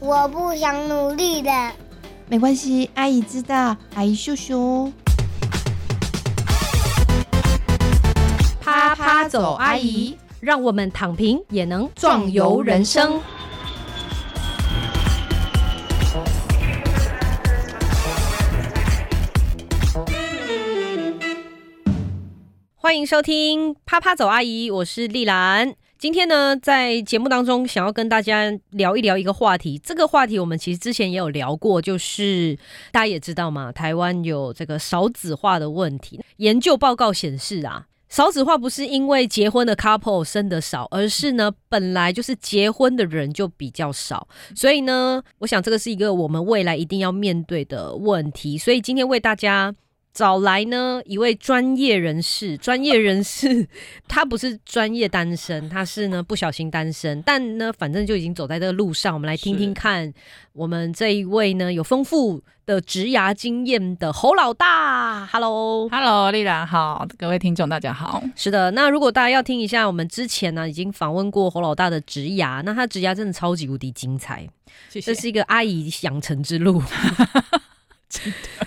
我不想努力的。没关系，阿姨知道，阿姨秀哦秀。啪啪走，阿姨，让我们躺平也能壮游人生。欢迎收听《啪啪走阿姨》，我是丽兰。今天呢，在节目当中，想要跟大家聊一聊一个话题。这个话题我们其实之前也有聊过，就是大家也知道嘛，台湾有这个少子化的问题。研究报告显示啊，少子化不是因为结婚的 couple 生的少，而是呢，本来就是结婚的人就比较少。所以呢，我想这个是一个我们未来一定要面对的问题。所以今天为大家找来呢一位专业人士，专业人士 他不是专业单身，他是呢不小心单身，但呢反正就已经走在这个路上。我们来听听看，我们这一位呢有丰富的职涯经验的侯老大，Hello。 Hello，丽兰好，各位听众大家好。是的，那如果大家要听一下，我们之前呢、已经访问过侯老大的职涯，那他职涯真的超级无敌精彩，谢这是一个阿姨养成之路，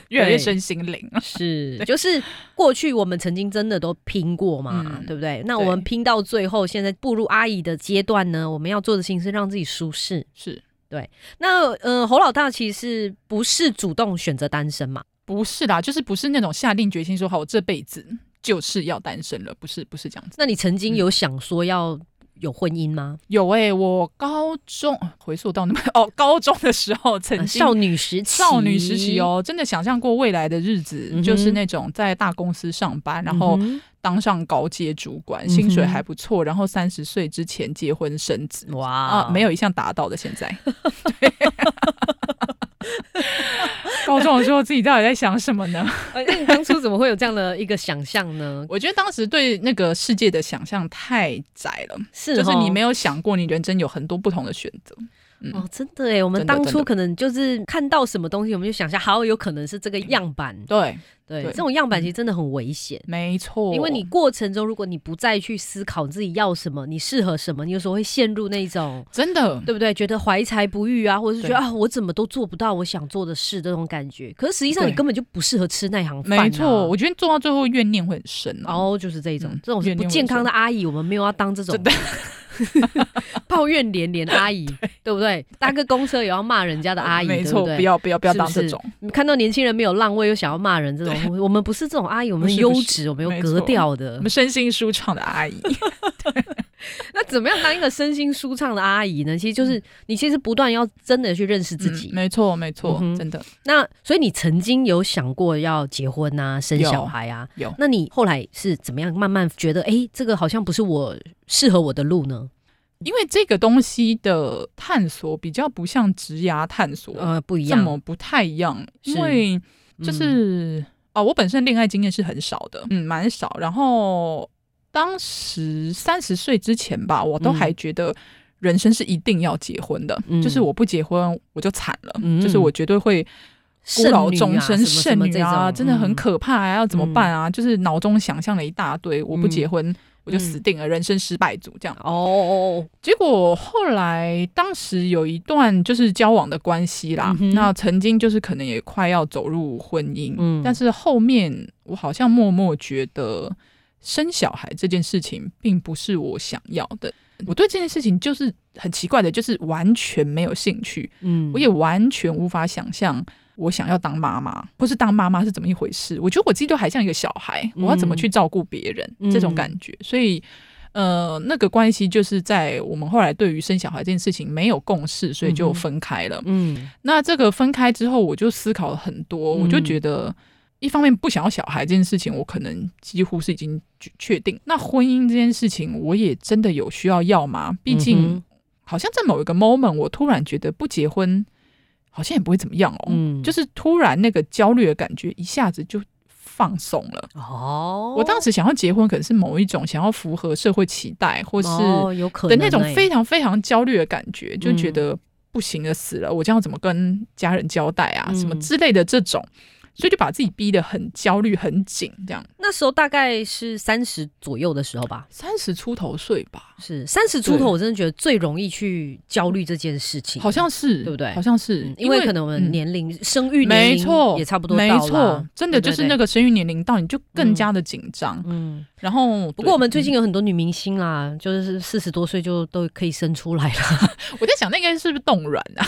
越来越身心灵了。是 就是过去我们曾经真的都拼过嘛，嗯对不对？那对我们拼到最后，现在步入阿姨的阶段呢，我们要做的事情是让自己舒适。是那呃，侯老大其实不是主动选择单身嘛，不是啦？就是不是那种下定决心说好，我这辈子就是要单身了，不是不是这样子。那你曾嗯经有想说要有婚姻吗？有诶、我高中回溯到那么 哦，高中的时候曾呃经、少女时期，少女时期，哦，真的想象过未来的日子，嗯哼就是那种在大公司上班，然后嗯当上高阶主管，嗯哼薪水还不错，然后三十岁之前结婚生子。哼哇、啊，没有一项达到的，现在。 对高中的时候自己到底在想什么呢？？哎那你当初怎么会有这样的一个想象呢我觉得当时对那个世界的想象太窄了，是哦就是哦你齁没有想过你人生有很多不同的选择。嗯哦，真的哎，我们真的当真初的可能就是看到什么东西，我们就想象好有可能是这个样板，对，对，嗯对嗯这种样板其实真的很危险。没错，因为你过程中，如果你不再去思考自己要什么，你适合什么，你有时候会陷入那种，真的对不对？觉得怀才不遇啊，或者是觉得嗯对啊，我怎么都做不到我想做的事这种感觉。可是实际上，你对根本就不适合吃那行饭、啊。没错，我觉得做到最后怨念会很深然哦。后就是这一种，嗯这种是怨不念健为生康的阿姨，我们没有要当这种 抱怨连连的阿姨，对不对？搭个公车也要骂人家的阿姨，没对不错，对不？要不要不要是不当这是种，你看到年轻人没有浪味又想要骂人这种，我们不是这种阿姨，我们不是优不是质，我们有没格错调我的们。身心舒畅的阿 姨，那怎么样当一个身心舒畅的阿姨呢？其实就是你其实不断要真的去认识自己嗯嗯。没错没嗯错，哼真的那所以你曾经有想过要结婚啊、生有小孩啊？有。那你后来是怎么样慢慢觉得，哎，这个好像不是我适合我的路呢？因为这个东西的探索比较不像职涯探索，呃，不一这样，么不太一样，因是为就嗯是、哦，我本身恋爱经验是很少的，嗯，蛮少。然后当时三十岁之前吧，我都嗯还觉得人生是一定要结婚的，嗯就是我不结婚我就惨了，嗯就是我绝对会。孤剩老女终啊什生，么什剩么女这啊，种真的很嗯可怕、啊，要怎么嗯办啊？就是脑中想象了一大堆，我不结嗯婚我就嗯死定了，人生失败组这样。哦哦，哦结果后来，当时有一段就是交往的关系啦嗯，哼那曾经就是可能也快要走入婚姻，嗯但是后面我好像默默觉得生小孩这件事情并不是我想要的，我对这件事情就是很奇怪的，就是完全没有兴趣，嗯我也完全无法想象我想要当妈妈，或是当妈妈是怎么一回事。我觉得我自己都还像一个小孩，嗯我要怎么去照顾别人、嗯这种感觉，所以。呃，那个关系就是在我们后来对于生小孩这件事情没有共识，所以就分开了。嗯那这个分开之后，我就思考了很多，嗯我就觉得一方面不想要小孩这件事情，我可能几乎是已经确确定。那婚姻这件事情，我也真的有需要要吗？毕竟嗯好像在某一个 moment，我突然觉得不结婚好像也不会怎么样哦，嗯就是突然那个焦虑的感觉一下子就放松了。哦，我当时想要结婚，可能是某一种想要符合社会期待，或是哦有可的能那种欸非常非常焦虑的感觉，就觉得不行了，死了，我将要怎么跟家人交代啊，嗯什么之类的这种。所以就把自己逼得很焦虑、很紧，这样那时候大概是三十左右的时候吧，三十出头岁吧，是三十出头，我真的觉得最容易去焦虑这件事情，好像是，啊对不对好像是，嗯因为可能我们嗯年龄、生育年没龄错也差不多到没啦错，真的就是对那。对对个生育年龄到，你就更加的紧张。嗯，然后，不过我们对最近有很多女明星啦，就是四十多岁就都可以生出来了。 嗯我在想，那应该是不是冻卵啊？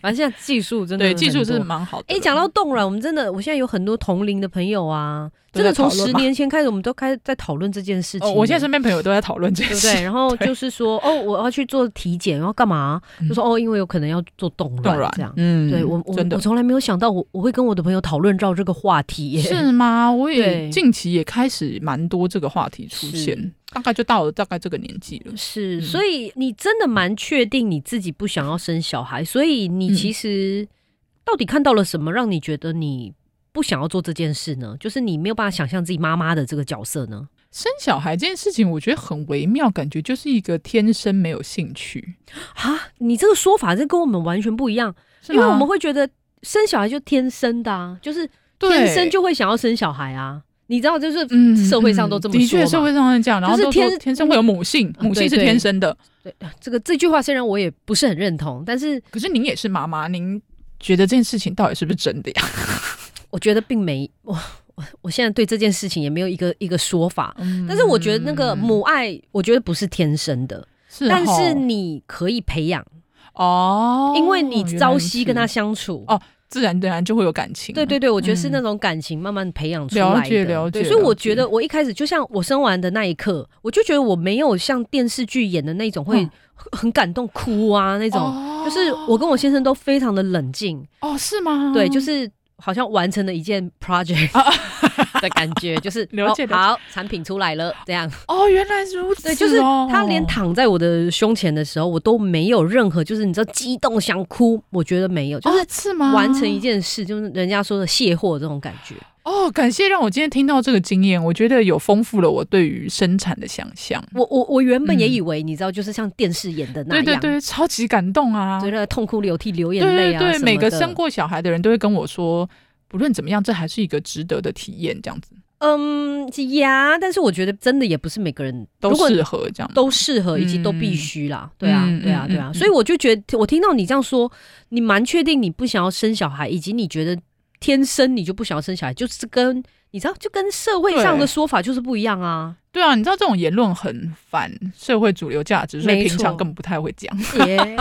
反正现在技术真的对，技术很多是蛮好的。哎、讲到冻卵，我们真的，我现在有很多同龄的朋友啊，都真的在从讨论十吗年前开始，我们都开始在讨论这件事情哦，了。我现在身边朋友都在讨论这对个不 事，对？然后就是说，哦，我要去做体检，然后干嘛？嗯就说哦，因为有可能要做冻冻卵卵这样。嗯对我，我真的我从来没有想到我我会跟我的朋友讨论到这个话题耶。是吗？我对也近期也开始蛮多这个话题出是现，大概就到了大概这个年纪了。是，嗯所以你真的蛮确定你自己不想要生小孩，所以你嗯其实到底看到了什么，让你觉得你不想要做这件事呢？就是你没有办法想象自己妈妈的这个角色呢？生小孩这件事情，我觉得很微妙，感觉就是一个天生没有兴趣，啊，你这个说法这跟我们完全不一样，是因为吗我们会觉得生小孩就天生的啊，就是天对生就会想要生小孩啊。你知道，就是嗯社会上都这么说嘛的确，社会上是这样，然后就是都说天天生会有母性，嗯母性是对对天生的。这个这句话，虽然我也不是很认同，但是可是您也是妈妈，您觉得这件事情到底是不是真的 呀？我觉得并没我我我现在对这件事情也没有一个一个说法。嗯但是我觉得那个母爱，我觉得不是天生的，是哦，但是你可以培养，哦，因为你朝夕跟他原来是相处。哦自然而然就会有感情。对对对，我觉得是嗯那种感情慢慢培养出来的。了解了解对所以我了解觉得我一开始就像我生完的那一刻，我就觉得我没有像电视剧演的那种会嗯很感动哭啊那种，哦就是我跟我先生都非常的冷静，哦是吗？对，就是好像完成了一件 project 的感觉，就是哦 了解哦了解好产品出来了这样。哦，原来如此哦。对，就是他连躺在我的胸前的时候，我都没有任何就是你知道激动想哭，我觉得没有，就是哦是吗？完成一件事，就是人家说的卸货这种感觉。哦，感谢让我今天听到这个经验，我觉得有丰富了我对于生产的想象。我我我原本也嗯以为你知道，就是像电视演的那对样，对对，超级感动啊！所以那个痛哭流涕、流眼对泪对啊对，什么每个的生过小孩的人都会跟我说，不论怎么样，这还是一个值得的体验，这样子嗯呀，但是我觉得真的也不是每个人都如果适合这样。都适合以及都嗯必须啦，对啊，嗯对啊，嗯对啊，嗯所以我就觉得，我听到你这样说，你蛮确定你不想要生小孩，以及你觉得天生你就不想要生小孩，就是跟你知道，就跟社会上的对说法就是不一样 啊。对啊，你知道这种言论很反社会主流价值，所没以错平常根本不太会讲。 耶，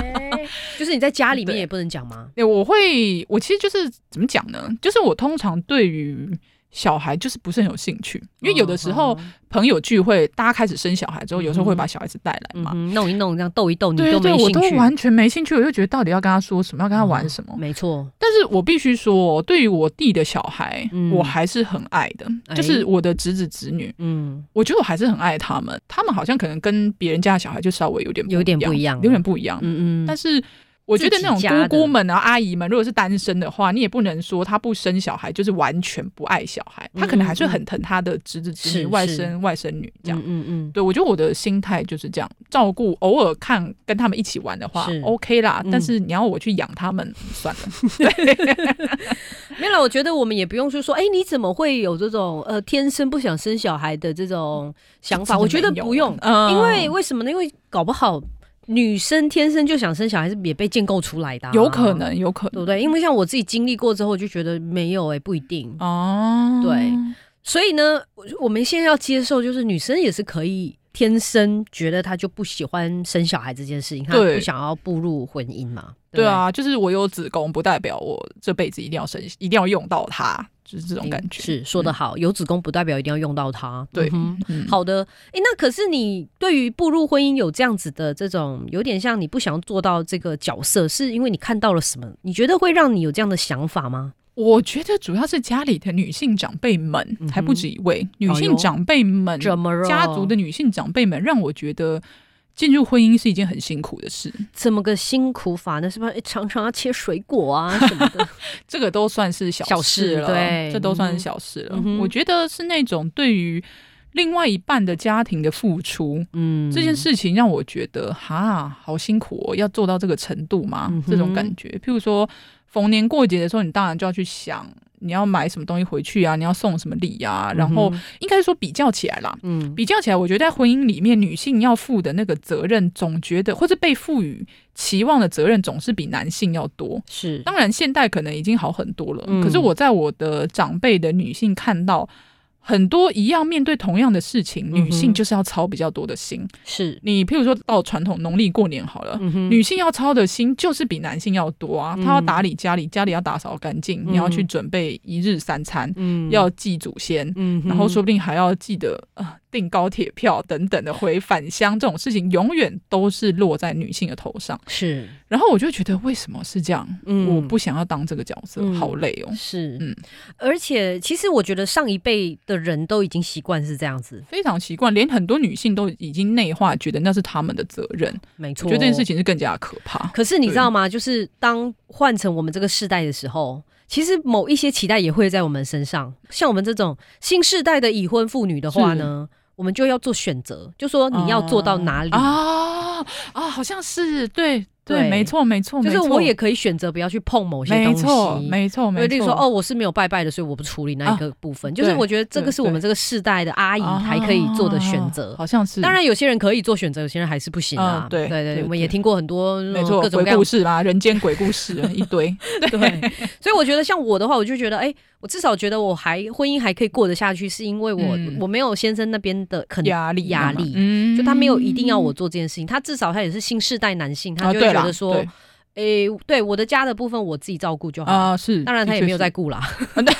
就是你在家里面对也不能讲吗？对，我会，我其实就是怎么讲呢？就是我通常对于小孩就是不是很有兴趣，因为有的时候嗯朋友聚会，大家开始生小孩之后，有时候嗯会把小孩子带来嗯嘛。哼弄一弄这样斗一斗，你对都对，没我兴都趣，哦完全没兴趣，我就觉得到底要跟他说什么，要跟他玩什么。没错，但是我必须说，哦对于我弟的小孩，嗯我还是很爱的，哎就是我的侄子侄女，嗯，我觉得我还是很爱他们。他们好像可能跟别人家的小孩就稍微有点有点不一样有点不一样。嗯嗯，但是我觉得那自己家的种姑姑们啊、阿姨们，如果是单身的话，你也不能说她不生小孩就是完全不爱小孩，嗯她可能还是很疼她的侄子侄是女、外是甥外甥女这样。嗯嗯对，我觉得我的心态就是这样，照顾偶尔看跟他们一起玩的话是，OK 啦。嗯但是你要我去养他们，算了。嗯，没有啦，我觉得我们也不用去说，哎、你怎么会有这种呃天生不想生小孩的这种想法？我觉得不用，嗯因为为什么呢？因为搞不好女生天生就想生小孩是也被建构出来的、啊有可。能，有可对能不对？因为像我自己经历过之后，我就觉得没有哎、不一定。哦，对所以呢，我我们现在要接受，就是女生也是可以天生觉得她就不喜欢生小孩这件事情，她对不想要步入婚姻嘛。对不，啊，就是我有子宫，不代表我这辈子一定要生，一定要用到它，就是这种感嗯觉。哎嗯是说的好，有子宫不代表一定要用到它。对嗯哼嗯，好的，诶，那可是你对于步入婚姻有这样子的这种，有点像你不想做到这个角色，是因为你看到了什么？你觉得会让你有这样的想法吗？我觉得主要是家里的女性长辈们，嗯哼还不止一位，女哎呦性长辈们，怎么了家族的女性长辈们，让我觉得进入婚姻是一件很辛苦的事。这么个辛苦法呢？是不是诶 常常要切水果啊什么 的？这个都算是小小事事了，对这都算是小事了。嗯哼我觉得是那种对于另外一半的家庭的付出。嗯， 这件事情让我觉得，哈，好辛苦哦，要做到这个程度吗？嗯哼这种感觉，譬如说逢年过节的时候，你当然就要去想你要买什么东西回去啊，你要送什么礼啊，然后应该说比较起来啦。嗯比较起来，我觉得在婚姻里面，女性要负的那个责任，总觉得或者被赋予期望的责任，总是比男性要多。是当然，现代可能已经好很多了，嗯可是我在我的长辈的女性看到。很多一样面对同样的事情，女嗯性哼就是要操比较多的心。是你譬如说到传统农历过年好了，嗯哼女性要操的心就是比男性要多啊，嗯她要打理家里，家里要打扫干净，嗯你要去准备一日三餐，嗯要祭祖先。嗯哼然后说不定还要记得啊、呃订高铁票等等的回返乡这种事情，永远都是落在女性的头上。是然后我就觉得为什么是这样？嗯我不想要当这个角色，嗯好累哦，是嗯而且其实我觉得上一辈的人都已经习惯是这样子，非常习惯，连很多女性都已经内化，觉得那是他们的责任。没我错，觉得这件事情是更加可怕。可是你知道吗？就是当换成我们这个世代的时候，其实某一些期待也会在我们身上。像我们这种新世代的已婚妇女的话呢，我们就要做选择，就 说你要做到哪里。啊啊，好像是对对对，没错没错，就是哦没错我也可以选择不要去碰某些没东西，错没错因为没例错，如说，哦，我是没有拜拜的，所以我不处理那一个部分。就是对我觉得这个是我们这个世代的阿姨啊，才可以做的选择。好像是当。然，有些人可以做选择，有些人还是不行啊。嗯对对对对，对我们也听过很多没那种错各，种鬼各样故事啦，人间鬼故事啊一 堆，对，所以我觉得像我的话，我就觉得，哎、我至少觉得我还婚姻还可以过得下去，是因为我、嗯我没有先生那边的肯压力压嘛力嗯就他没有一定要我做这件事情，他至少他也是新世代男性，他啊就会对觉啦得说，对哎、对我的家的部分我自己照顾就好。啊是，当然，他也没有的确在是，顾啦。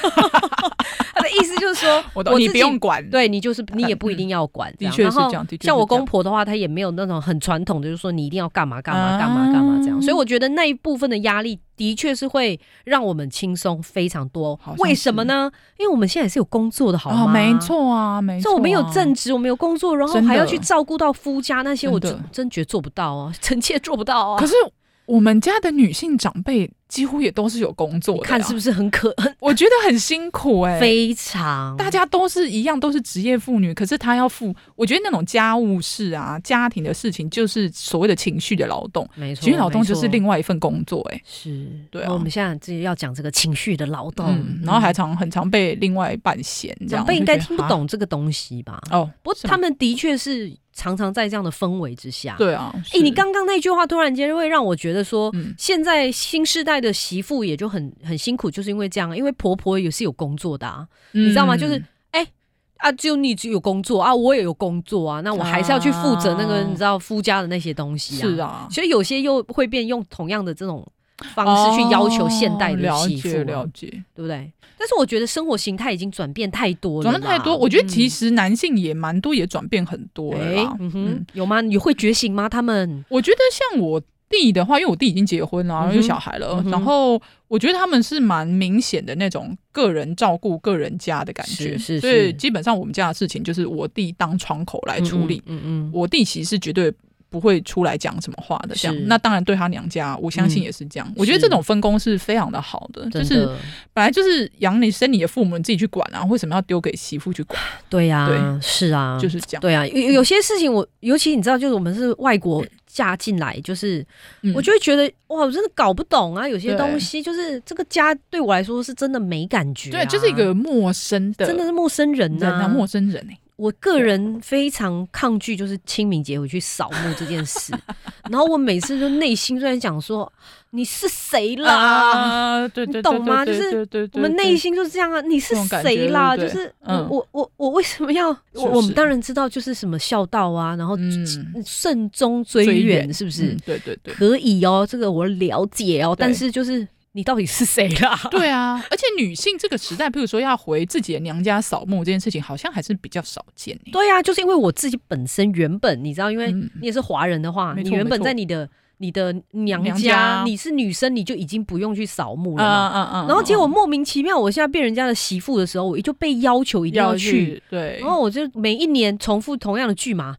他的意思就是说， 我我懂你自不己用管，对你就是你也不一定要管。嗯 的样确然是这后样的确像是我这公样婆的话，他也没有那种很传统的，就是说你一定要干嘛干嘛啊干嘛干嘛这样。所嗯以我觉得那一部分的压力的确是会让我们轻松非常多好。像为什么是呢？因为我们现在也是有工作的，好啊，吗？没。错啊，没所错以啊，我们有正职，我们有工作，然后真还要的去照顾到夫家那些，真我的真真觉得做不到啊， 臣妾做不到啊可。是我们家的女性长辈几乎也都是有工作的，看是不是？是很可很我觉得很辛苦哎，非常大家都是一样，都是职业妇女，可是她要负，我觉得那种家务事啊、家庭的事情，就是所谓的情绪的劳动。没错，情绪劳动没就是错另外一份工作、欸，哎，是对哦啊我们现在自己要讲这个情绪的劳动，嗯，然后还常很常被另外一半嫌，这样长辈应该我就觉听得不哈懂这个东西吧？哦。啊不过是吗他们的确是常常在这样的氛围之下。，对啊，哎、是你刚刚那句话突然间会让我觉得说，嗯现在新时代的媳妇也就很很辛苦，就是因为这样，啊因为婆婆也是有工作的啊，你知道吗？就是嗯哎。啊，只有你只有工作啊，我也有工作啊，那我还是要去负责那个、啊你知道夫家的那些东西啊。是啊，所以有些又会变用同样的这种方式去要求现代的哦了媳妇、啊解了解，对不对？但是我觉得生活形态已经转变太多了啦，嗯转变太多。我觉得其实、实男性也蛮多，也转变很多了哎啦。，嗯哼，嗯，有吗？你会觉醒吗？他们我觉得像我弟的话，因为我弟已经结婚嗯了，哼有小孩了嗯，哼然后我觉得他们是蛮明显的那种个人照顾个人家的感是觉，是所以是基本上我们家的事情就是我弟当窗口来哎处理，嗯嗯，嗯我弟其实是绝对。不会出来讲什么话的，这是样。那当然对他娘家，我相信嗯也是这样。我觉得这种分工是非常的好的，嗯就真是的，本来就是养你生你的父母，你自己去管啊，为什么要丢给媳妇去管？对呀、对是啊，就是这样。对啊，有有些事情我，尤其你知道，就是我们是外国嫁进来，就是、嗯我就会觉得哇，我真的搞不懂啊，有些对东西就是这个家对我来说是真的没感觉、啊，对，就是一个陌生的真的是陌生人人啊，陌生人哎、我个人非常抗拒，就是清明节回去扫墓这件 事。然后我每次就内心就在讲说：“你是谁啦？”啊，对你对，对懂吗对就对是对对我对们对内心就是这样啊，你是这种感觉谁啦？对就不对是嗯我我我为什么要？是我不是我们当然知道，就是什么孝道啊，然后嗯慎终追追远，远是不是是，嗯对对对。可以哦？这个我了解哦，对但是就是你到底是谁啦？对啊，而且女性这个时代，譬如说要回自己的娘家扫墓这件事情，好像还是比较少见 欸对呀，就是因为我自己本身原本你知道，因为嗯你也是华人的话，没错你原没本错在你的你的娘家，娘家你是女生，你就已经不用去扫墓了啊嘛。啊啊！然后结果嗯莫名其妙，我现在变人家的媳妇的时候，我就被要求一定要去，去对然，后我就每一年重复同样的剧嘛。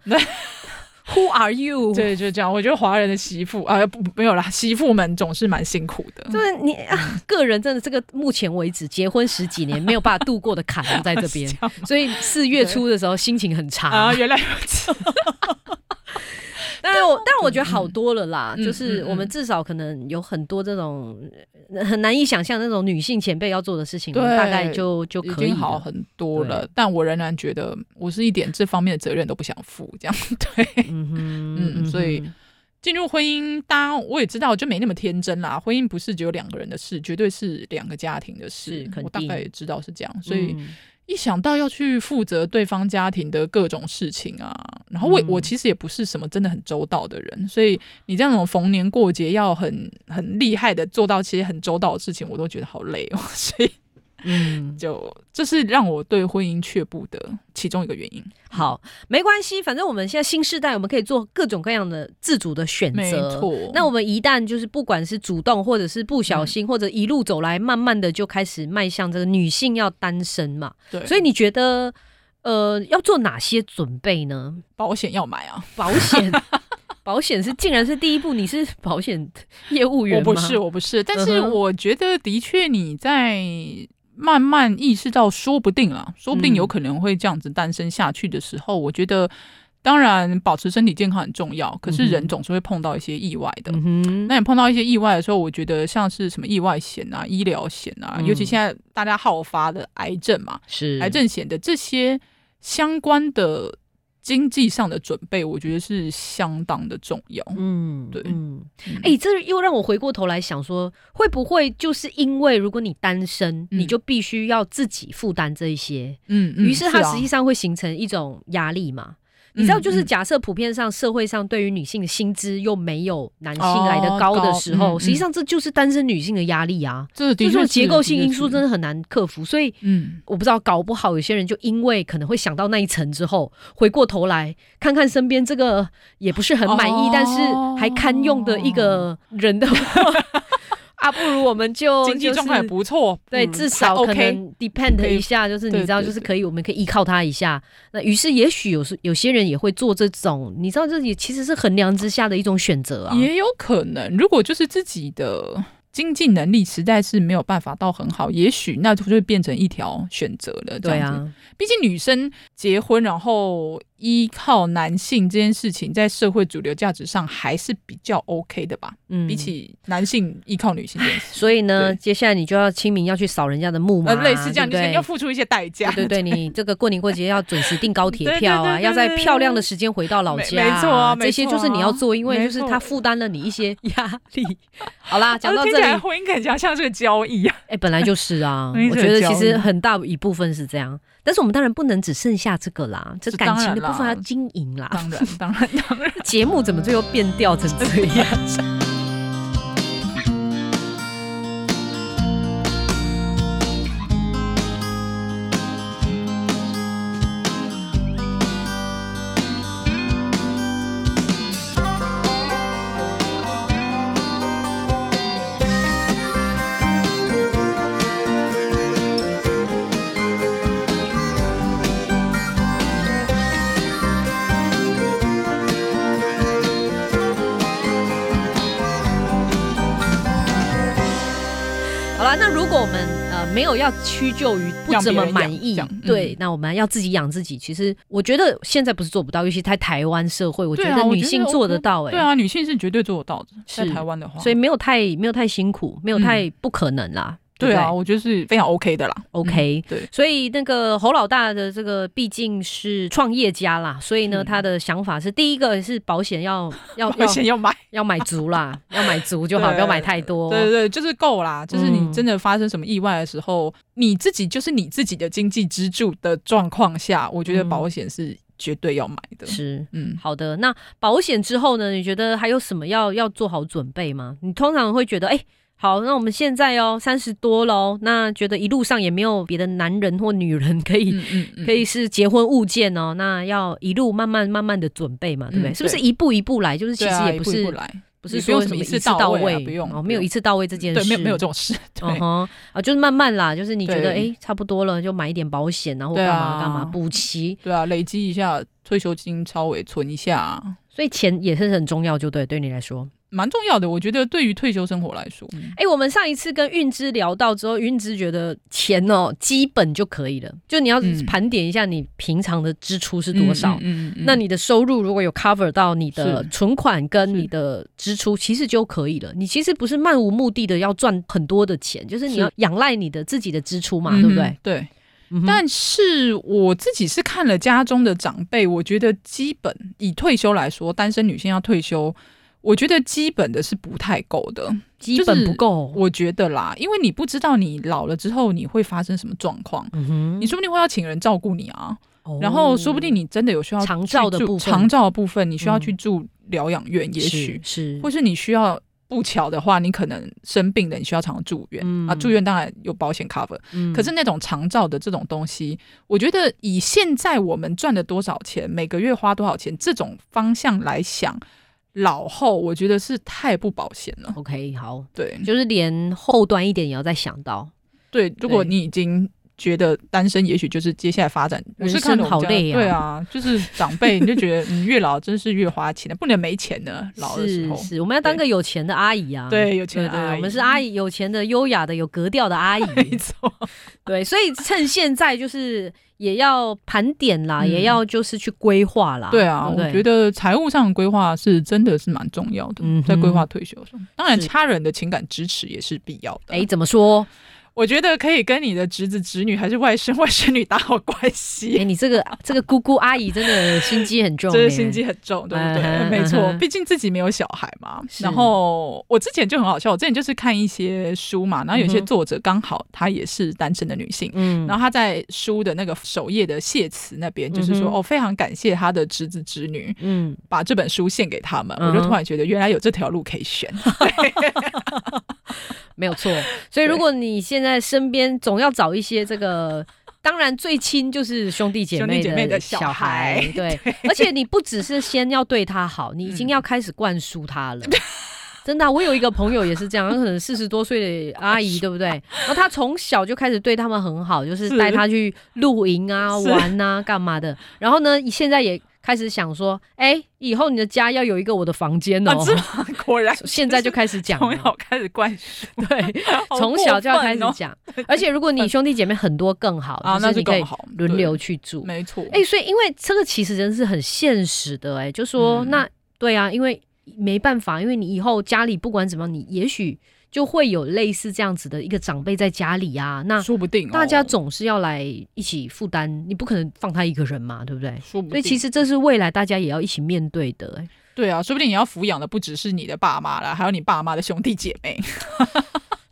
Who are you？ 对，就这样。我觉得华人的媳妇啊，不没有啦，媳妇们总是蛮辛苦的。就是你、 啊、个人真的这个目前为止结婚十几年没有办法度过的坎都在这边 啊是，样啊所以四月初的时候心情很差。啊，原来如此。当然我， 但我觉得好多了啦，嗯就是嗯嗯我们至少可能有很多这种呃很难以想象那种女性前辈要做的事情，我对们大概就就已可以经好了。很多了，但我仍然觉得我是一点这方面的责任都不想负，这样对。嗯哼， 嗯所以哼进入婚姻，当然我也知道，就没那么天真啦。婚姻不是只有两个人的事，绝对是两个家庭的是事肯。我大定概也知道是这样，所以嗯一想到要去负责对方家庭的各种事情啊，然后我、嗯我其实也不是什么真的很周到的人，所以你这种逢年过节要很很厉害的做到这些很周到的事情，我都觉得好累哦。所以嗯，就这是让我对婚姻却步的其中一个原因。好，没关系，反正我们现在新时代，我们可以做各种各样的自主的选没择。错，那我们一旦就是不管是主动，或者是不嗯小心，或者一路走来，慢慢的就开始迈向这个女性要单身嘛。对，所以你觉得，呃，要做哪些准备呢？保险要买啊，保 险，保险是竟然是第一步，你是保险业务员我吗？不是，我不是，但是嗯哼我觉得的确你在慢慢意识到，说不定啦，说不定嗯有可能会这样子单身下去的时候，我觉得当然保持身体健康很重要，可是嗯哼人总是会碰到一些意外的。嗯哼，那你碰到一些意外的时候，我觉得像是什么意外险啊、医疗险啊，嗯尤其现在大家好发的癌症嘛，是癌症险的这些相关的经济上的准备，我觉得是相当的重要。嗯，对嗯，嗯哎、这又让我回过头来想说，会不会就是因为如果你单身，嗯你就必须要自己负担这一些，嗯嗯于是它啊实际上会形成一种压力嘛？你知道，嗯就是嗯假设普遍上社会上对于女性的薪资又没有男性来的高的时哦候，高嗯实际上这就是单身女性的压力啊。这就是的确说是结构性因素真的确是，的很难克服，所以嗯，我不知道搞不好有些人就因为可能会想到那一层之后，回过头来看看身边这个也不是很满意，哦但是还堪用的一个人的话， 啊，不如我们就嗯经济状况也。就是不错，对，嗯至少还可 OK，能 depend 可以一下，就是你对知道，对就是对可以，我们可以依靠他一下。那于是，也许有时有些人也会做这种，你知道，这也其实是衡量之下的一种选择啊。也有可能，如果就是自己的。经济能力实在是没有办法到很好，也许那就会变成一条选择了。这对样子，啊，毕竟女生结婚然后依靠男性这件事情，在社会主流价值上还是比较 OK 的吧，嗯比起男性依靠女性这件事，所以呢，对接下来你就要清明要去扫人家的墓嘛，呃，类似这样，对不就是对要付出一些代价。 对对对，你这个过年过节要准时订高铁票啊，对对对对对要在漂亮的时间回到老家、没没错啊这些就是你要做，没错啊因为就是它负担了你一些压力。 好啦，讲到哦这听里，起哎来、婚姻感觉像是个交易啊。本来就是 啊，没我错觉得交其易实很大一部分是这样，但是我们当然不能只剩下这个啦，这是感情当的然啦部分要经营啦。当然，当然，当然。这 节目怎么最后变调成这样？ 好了，那如果我们呃没有要屈就于不怎么满意让别人养这样，嗯对，那我们要自己养自己。其实我觉得现在不是做不到，尤其在台湾社会，我觉对啊得我女觉性得做得 OK 到、欸，对啊，女性是绝对做得到的，在是台湾的话，所以没有太没有太辛苦，没有嗯太不可能啦。对不啊，我觉得是非常 OK 的啦。 OK 嗯对，所以那个侯老大的这个毕竟是创业家啦，所以呢，嗯他的想法是第一个是保险要 要保要险要买，要买足啦，要买足就好， 对不要买太多。对对对，就是够啦。就是你嗯真的发生什么意外的时候，你自己就是你自己的经济支柱的状况下，我觉得嗯保险是绝对要买的。是。嗯，好的，那保险之后呢？你觉得还有什么要要做好准备吗？你通常会觉得，哎、好，那我们现在哦，三十多了哦，那觉得一路上也没有别的男人或女人可以、嗯嗯嗯可以是结婚物件哦，那要一路慢慢慢慢的准备嘛，对不对？嗯是不是对一步一步来？就是其对实也啊不一步一是、步来，不是也不用说什么么一次次到到位啊位，不用哦，不没有用嗯一次到位这件事，对，没有没有这种事，嗯对，哼，啊，就是慢慢啦，就是你觉得哎、对诶差不多了，就买一点保险啊，或对干啊嘛干嘛补齐，对啊，累积一下退休金，稍微存一下。所以钱也是很重要，就对，对你来说，蛮重要的。我觉得对于退休生活来说，嗯哎、我们上一次跟韵之聊到之后，韵之觉得钱哦基本就可以了，就你要嗯盘点一下你平常的支出是多少，嗯嗯嗯那你的收入如果有 cover 到你的是存款跟是你的支出，其实就可以了。你其实不是漫无目的的要赚很多的钱，就是你是要仰赖你的自己的支出嘛，嗯对不嗯对？对。嗯哼但是我自己是看了家中的长辈，我觉得基本以退休来说，单身女性要退休，我觉得基本的是不太够的。基本不够。我觉得啦，因为你不知道你老了之后你会发生什么状况，嗯哼你说不定会要请人照顾你啊，哦然后说不定你真的有需要长照的去住部分长照的部分你需要嗯去住疗养院，也许是或是是你需要不巧的话，你可能生病了，你需要常常住院、嗯啊。住院当然有保险 cover，、嗯可是那种长照的这种东西，我觉得以现在我们赚的多少钱，每个月花多少钱这种方向来想，老后我觉得是太不保险了。 OK 好，对，就是连后端一点也要再想到。对，如果对你已经。觉得单身也许就是接下来发展，我人是看生了我们好家累啊对啊，就是长辈你就觉得嗯你越老真是越花钱的，不能没 钱的，老的时候是是，我们要当个有钱的阿姨啊。对有钱对的对，阿姨我们是阿姨，有钱的、优雅的、有格调的阿姨。 没错，对，所以趁现在就是也要盘点啦，嗯也要就是去规划啦。 对啊，不对我觉得财务上的规划是真的是蛮重要的，嗯哼在规划退休上，当然是他人的情感支持也是必要的。哎，怎么说？我觉得可以跟你的侄子、侄女还是外甥、外 甥女打好关哎，系，你这个这个姑姑阿姨真的心机很重 欸，这是心机很重，对不对？嗯哼没嗯错哼，毕竟自己没有小孩嘛。是然后我之前就很好笑，我之前就是看一些书嘛，然后有些嗯哼作者刚好她也是单身的女性。嗯。然后她在书的那个首页的谢词那边，就是说、嗯哼哦，非常感谢她的侄子侄女嗯，把这本书献给他们，嗯我就突然觉得原来有这条路可以选。 没有错。所以如果你现在身边总要找一些这个，当然最亲就是兄弟姐妹兄弟姐妹的小小孩，孩 对。而且你不只是先要对他好，你已经要开始灌输他了。真的啊、我有一个朋友也是这样，她可能四十多岁的阿 姨，对不对？然后她从小就开始对他们很好，就是是带他去露营啊、是玩啊、干嘛的。然后呢，现在也开始想说，哎、以后你的家要有一个我的房间哦、啊，这么果然 现在就开始讲从了，小开始灌输，对，好从小就要开始过分哦讲。而且如果 你兄弟姐妹很多更好，就啊，那是你可以更好，轮对流去住。没错，哎、所以因为这个其实真是很现实的、哎，就说、嗯那对啊，因为没办法，因为你以后家里不管怎么样，你也许就会有类似这样子的一个长辈在家里啊，那说不定、哦、大家总是要来一起负担，你不可能放他一个人嘛，对不对？说不定，所以其实这是未来大家也要一起面对的、哎，对啊，说不定你要抚养的不只是你的爸妈啦，还有你爸妈的兄弟姐妹。嗯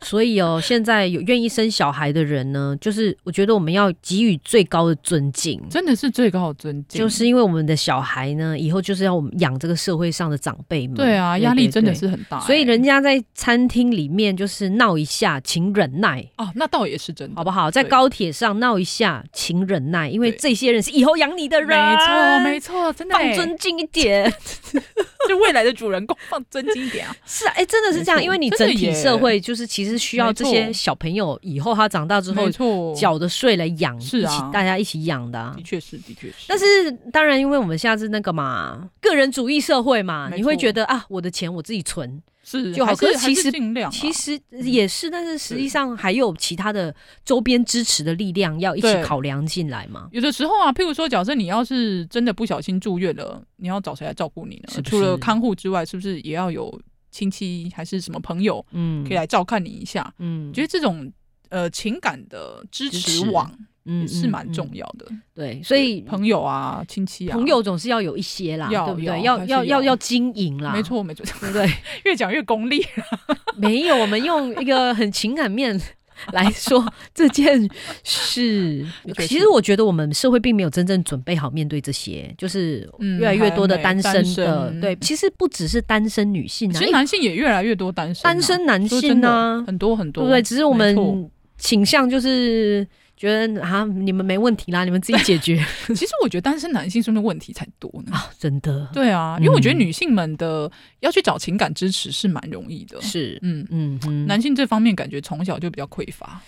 所以哦，现在有愿意生小孩的人呢，就是我觉得我们要给予最高的尊敬，真的是最高的尊敬，就是因为我们的小孩呢，以后就是要我们养这个社会上的长辈们。对啊，压力真嗯对的。是很大欸、所以人家在餐厅里面就是闹一下，请忍耐，哦，那倒也是真的，好不好？在对高铁上闹一下，请忍耐，因为对这些人是以后养你的人。没错，没错，真的欸放尊 敬一点。就未来的主人公放尊敬一点啊。是啊，哎、真的是这样，没错因为你真的整体耶社会就是其实需要没这错些小朋友以后他长大之后 没错，缴的税来养，哦是啊一起大家一起养的、啊的。确是，的确是。但是当然，因为我们下次那个嘛，个人主义社会嘛，没错你会觉得啊，我的钱我自己存，是就好还可是是还其实是尽量啊，其实也是，但是实际上还有其他的周边支持的力量要一起对考量进来嘛。有的时候啊，譬如说，假设你要是真的不小心住院了，你要找谁来照顾你呢？是不除是了看护之外，是不是也要有亲戚还是什么朋友嗯可以来啊照看你一下？嗯我觉得这种呃情感的支支持持网嗯也是蛮重嗯嗯要的，对，所以朋友啊、亲戚啊，朋友总是要有一些啦，要对不对？要要还是要要要要经营啦，没，错没错，对不对？ 越讲越 功利， 没有，我们用一个很情感面来说这件 事的。确其是实我觉得我们社会并没有真正准备好面对这些，就是嗯越来越多的还单没身的。单身对，其实不只是单身女性啊，其实因为男性也越来越多单身啊、单身男说性真的啊很多很多，对不对？只是我没们错倾向就是觉得啊，你们没问题啦，你们自己解 决其实我觉得单身男性是不是问题才多 呢？啊，真的对啊，因为我觉得嗯女性们的、要去找情感支持是蛮容易的，是。嗯，嗯哼，男性这方面感觉从小就比较匮乏，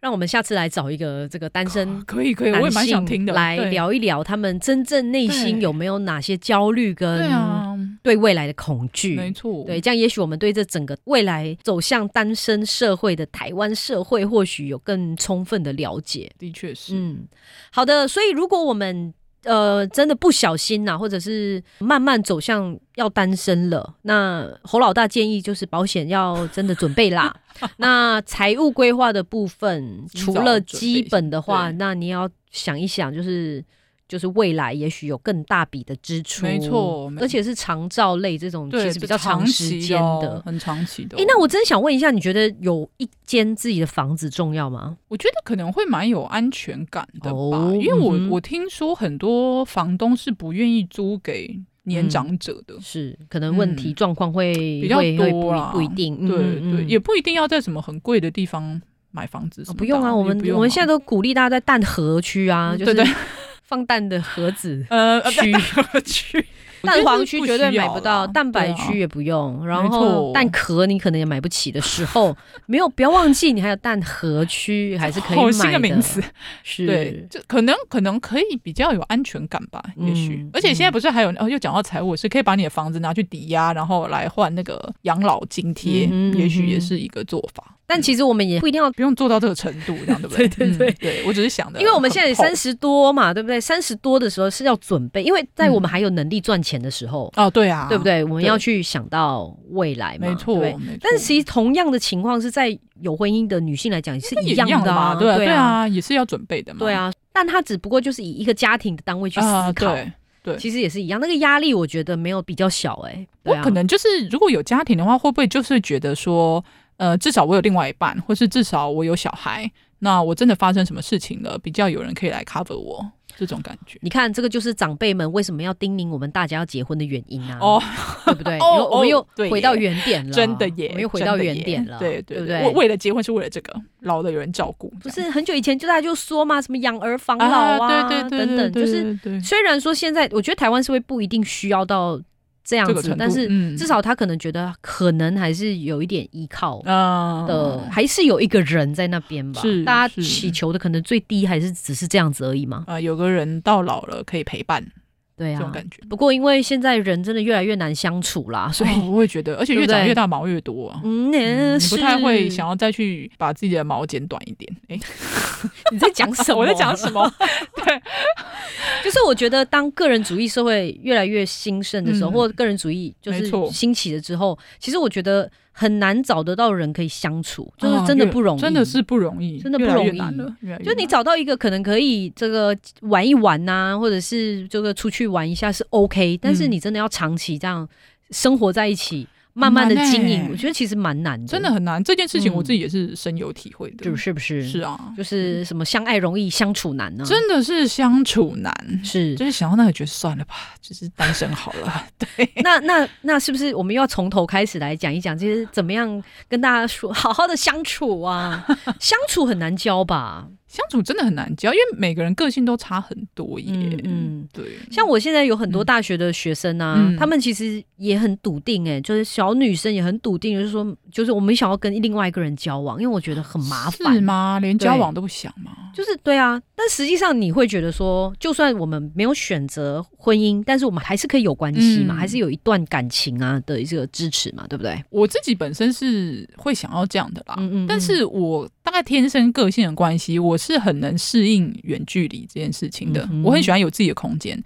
让我们下次来找一个这个单身可以可以，我啊男也蛮想性听的，来对啊聊一聊他们真正内心对有没有哪些焦虑对跟啊，对未来的恐没惧。错，嗯对，这样也许我们对这整个未来走向单身社会的台湾社会，或许有更充分的了解。的确是，嗯，好的。所以如果我们呃真的不小心呐、或者是慢慢走向要单身了，那侯老大建议就是保险要真的准备 啦。那财务规划的部分，及除早了准备基一下本的话，对那你要想一想，就是。就是未来也许有更大笔的支出，没错没而且是长照类这种对，其实比较这长时期间哦的。很长期的哦。诶，那我真想问一下，你觉得有一间自己的房子重要吗？我觉得可能会蛮有安全感的吧，哦因为我、嗯哼我听说很多房东是不愿意租给嗯年长者的，是，可能问题嗯状况会、比较会会多啦不一不一定，嗯对对，嗯也不一定要在什么很贵的地方买房子什哦么的、不用啊，我们也不用我们现在在都鼓励大家在蛋盒区啊，就是对对 放蛋的盒子。 呃呃区蛋区 蛋黄区绝对买不到，蛋蛋白 区也不用，然啊没后错蛋壳你可能也买不起的时候，没有不要忘记，你还有蛋盒区还是可以 买好哦新的名词，是对，这可能可能可以比较有安全感吧，也许嗯。而且现在不是还有哦，又讲到财务，是可以把你的房子拿去抵押，然后来换那个养老津贴嗯哼，也许嗯也哼是一个做法。但其实我们也不一定要，不用做到这个程度，这样对不 对？对对对嗯对我只是想的，因为我们 现在三十十多嘛，对不对？三十多的时候是要准备，因为在嗯我们还有能力赚钱的时候，哦，对啊，对不？对？我们对要去想到未来嘛，没错，对没错但是其实同样的情况是在有婚姻的女性来讲是那也一一样的的啊嘛，对啊，对对，啊，也是要准备的嘛，对，啊。但她只不过就是以一个家庭的单位去思啊，考，对。对其实也是一样。那个压力我觉得没有比较小哎、对我啊可能就是如果有家庭的话，会不会就是觉得说，呃，至少我有另外一半，或是至少我有小孩，那我真的发生什么事情了，比较有人可以来 cover 我这种感觉。你看这个就是长辈们为什么要叮咛我们大家要结婚的原因啊，哦，对不对？ 哦又我们又哦对耶回到原点了，真的耶，我们又回真到的原耶点了，对对对不对？我为了结婚是为了这个，老了有人照顾，不这是样很久以前就大家就说嘛，什么养儿防老啊，对对对，等等，对就是对对虽然说现在我觉得台湾社会不一定需要到这样这子，个程度，但是嗯至少他可能觉得可能还是有一点依靠的，啊还是有一个人在那边吧。是大家是祈求的可能最低还是只是这样子而已嘛。啊，有个人到老了可以陪伴对这啊，种感觉。不过因为现在人真的越来越难相处啦，所以、哦我也觉得，而且对不越长对越大毛越多啊。嗯，嗯你是不太会想要再去把自己的毛剪短一点。哎、 你在讲什么？ 我在讲什么？对，就是我觉得，当个人主义社会越来越兴盛的时候，嗯或者个人主义就是没错兴起了之后，其实我觉得很难找得到人可以相处，就是 真的啊越不容易，真的是。哎不容易，真的不越来越容易难了。越来越就你难找到一个可能可以这个玩一玩呐、或者是这个出去玩一下是 OK，但嗯是你真的要长期这样生活在一起，慢慢的很难经营，欸我觉得其实蛮难的，真的很难，这件事情嗯我自己也是深有体会的。就是不嗯是？是啊，就是什么相爱容易相处难呢、真的是相处难。是就是想到那个，觉得算了吧，就是单身好了。 那那那是不是我们又要从头开始来讲一讲，就是怎么样跟大家说好好的相处 啊？相处很难教吧？相处真的很难教，因为每个人个性都差很多耶。嗯嗯。对，像我现在有很多大学的学生啊，嗯他们其实也很笃定、欸，就是小女生也很笃定，就是说，就是我们想要跟另外一个人交往，因为我觉得很麻是烦。吗？连对交往都不想吗？就是对啊，但实际上你会觉得说，就算我们没有选择婚姻，但是我们还是可以有关系嘛，嗯还是有一段感情啊的这个支持嘛，对不对？我自己本身是会想要这样的啦，嗯嗯嗯但是我大概天生个性的关系，我是很能适应远距离这件事情的。嗯哼我很喜欢有自己的空间，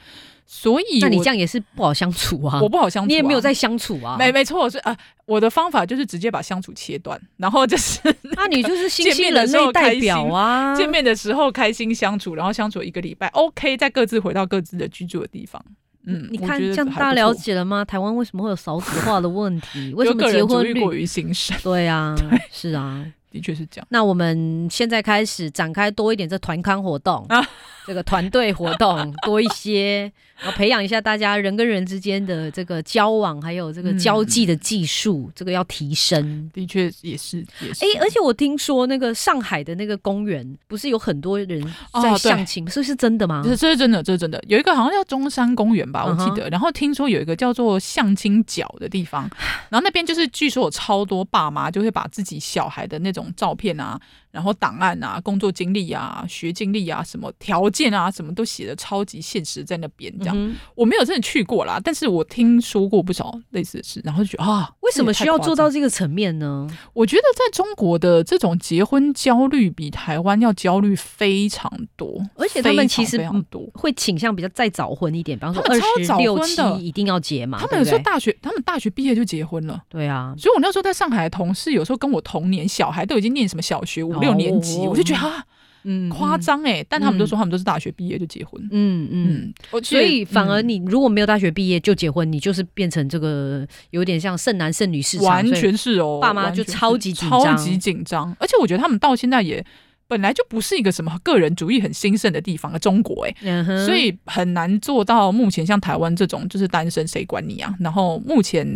所以那你我这样也是不好相处啊。我不好相处、你也没有、在相处啊，没没错，是啊、呃我的方法就是直接把相处切断，然后就是那啊你就是新兴见面的人时候类代表啊， 见面的时候开心相处，然后相处一个礼拜，OK，再各自回到各自的居住的地方。嗯，你我看觉这得样还不大家了错，解了吗？台湾为什么会有少子化的问 题？为什就么个结人主婚义过率？于形式，对啊，是啊。的确是这样。那我们现在开始展开多一点这团康活动，啊这个团队活 动多一些，然后培养一下大家人跟人之间的这个交往，还有这嗯个交际的技术，这个要提升。的确也是，也是。哎、而且我听说那个上海的那个公园，不是有很多人哦在对相亲，是、是真的吗？这这是真的，这是真的。有一个好像叫中山公园吧，我啊嗯记哼得。然后听说有一个叫做相亲角的 地方，然后那边就是据说有超多爸妈就会把自己小孩的那种照片啊，然后档案啊、工作经历啊、学经历啊、什么条件啊，什么都写的超级现实在那边这样。嗯哼我没有真的去过啦，但是我听说过不少类似的事，然后就觉得啊，为什么这需也太要夸做张到这个层面呢？我觉得在中国的这种结婚焦虑比台湾要焦虑非常多，而且他们非常其实嗯非常多。会倾向比较再早婚一点，比方说他二们超十早六婚七的一定要结嘛，他们有时候对不对大学，他们大学毕业就结婚了，对啊，所以我那时候在上海的同事有时候跟我同年，小孩都已经念什么小学五哦六年级，我就觉得啊嗯夸，张哎，但他们都嗯说他们都是大学毕业就结婚，嗯嗯。嗯，我觉所得以反而嗯你如果没有大学毕业就结婚，你就是变成这个有点像剩男剩女市场，完所以全是哦，爸妈完就全是超级紧超张级紧张，而且我觉得他们到现在也本来就不是一个什么个人主义很兴盛的地方啊，中国哎、嗯哼所以很难做到目前像台湾这种就是单身谁管你啊？然后目前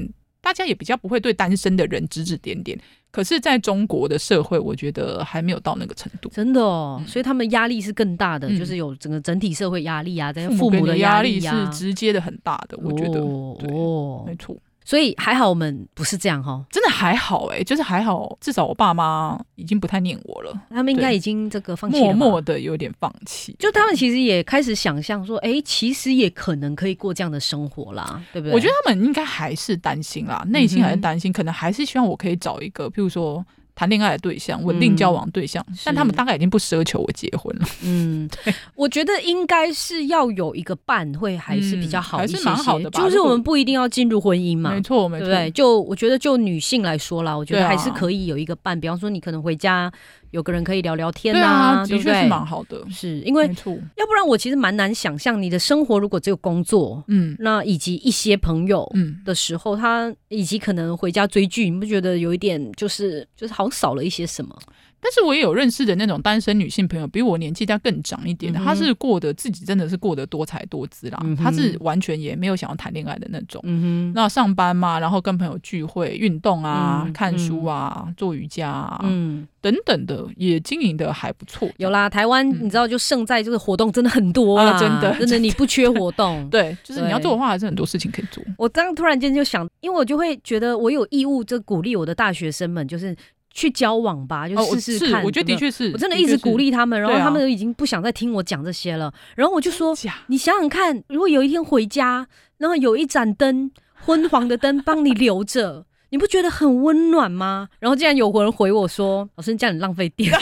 大家也比较不会对单身的人指指点点，可是在中国的社会，我觉得还没有到那个程度。真的哦，嗯所以他们压力是更大的，嗯就是有整个整体社会压力啊，在哎母父给母你的压力啊是直接的很大的，我觉得、哦对哦没错。所以还好我们不是这样哈、真的还好哎、就是还好，至少我爸妈已经不太念我了，他们应该对已经这个放弃了默吧默的有点放弃。就他们其实也开始想象说，哎、其实也可能可以过这样的生活啦，对不嗯对？我觉得他们应该还是担心啦，内心还是担心，可能还是希望我可以找一个，譬如说谈恋爱的对象、稳定交往对象，但他们大概已经不奢求我结婚了，嗯，我觉得应该是要有一个伴会还是比较好嗯一些些，还是蛮好的吧就是如我果们不一定要进入婚姻嘛没。错，没对错，不对？就我觉得，就女性来说啦，我觉得对啊还是可以有一个伴，比方说你可能回家有个人可以聊聊天对啊，对的不确对？是嗯蛮好的，是因为没错，要不然我其实蛮难想象你的生活，如果只有工作，嗯那以及一些朋友嗯，的时候，他以及可能回家追剧，你不觉得有一点就是就是好像少了一些什么？但是我也有认识的那种单身女性朋友，比我年纪大更长一点的，嗯哼她是过得自己真的是过得多才多姿啦嗯，哼她是完全也没有想要谈恋爱的那种。嗯那上班嘛，然后跟朋友聚会、运动啊、嗯看书啊、做瑜伽啊，嗯，等等的，也经营的还不错。有啦，台湾嗯你知道就胜在就是活动真的很多啦，啊真的真的你不缺活动。 对，就是你要对做的话，还是很多事情可以做。我刚刚突然间就想，因为我就会觉得我有义务，就鼓励我的大学生们，就是去交往吧，就哦，我试是试看。我觉得有的没有，确是，我真的一直鼓励他们，然后对啊他们都已经不想再听我讲这些了。然后我就说的确，是。假你想想看，如果有一天回家，然后有一盏灯，昏黄的灯帮你留着， 你不觉得很温暖吗？然后竟然有人回我说：“老师，你这样很浪费 电。”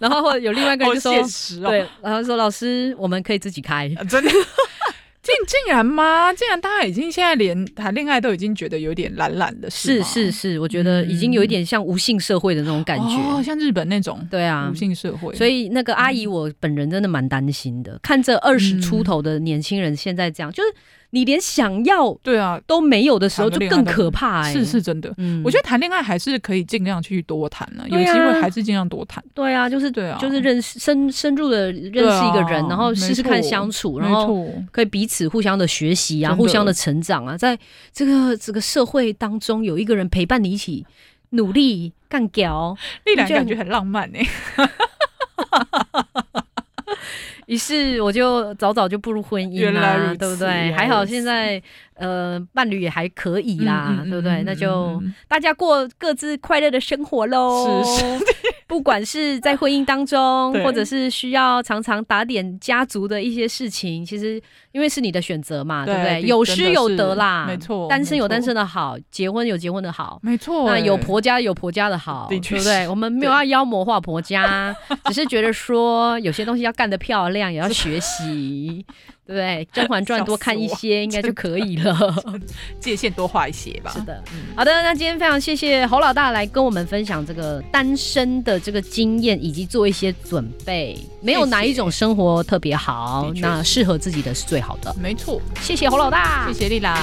然后或者有另外一个人好就说现：“实哦，对，然后说老师，我们可以自己开。啊 真的。竟竟然吗？竟然大家已经现在连谈恋爱都已经觉得有点懒懒的，”是吗是是，我觉得已经有一点像无性社会的那种感觉。哦，像日本那种对啊无，性社会，所以那个阿姨，我本人真的蛮担心的，看这二十嗯出头的年轻人现在这样，就是你连想要对啊，都没有的时候，就谈个恋爱更都可怕、欸。是是，真的。嗯我觉得谈恋爱还是可以尽量去多谈呢，有对机啊会还是尽量多谈。对啊，就是对啊就是认识深深入的认对识啊一个人，然后没试试看错相处，没然后错，可以彼此互相的学习啊，真的互相的成长啊，在这个这个社会当中，有一个人陪伴你一起努力干 屌，丽兰觉得感觉很浪漫呢。欸于是我就早早就步入婚姻原啦、来如对不此对？原来还好如此现在呃伴侣也还可以啦，嗯嗯嗯对不对？嗯那嗯就嗯大家过各自快乐的生活喽。是 不管是在婚姻当中，对或者是需要常常打点家族的一些事情，其实因为是你的选择嘛，对对不对？的有真失的有是得啦，没错单身没有单错身的好，结婚有结婚的好。没错那欸，有婆家有婆家的好，的对确不是对？我们没有要妖魔化婆家，只是觉得说有些东西要干得漂亮，也要学 习，对不对？《甄嬛传》笑多死看一我些应该就真的可以了。界限多画一些吧。是的，嗯好的，那今天非常谢谢侯老大来跟我们分享这个单身的这个经验，以及做一些准备。没有谢谢哪一种生活特别好的，确那是适合自己的是最好的。没错，谢谢侯老大，谢谢丽兰。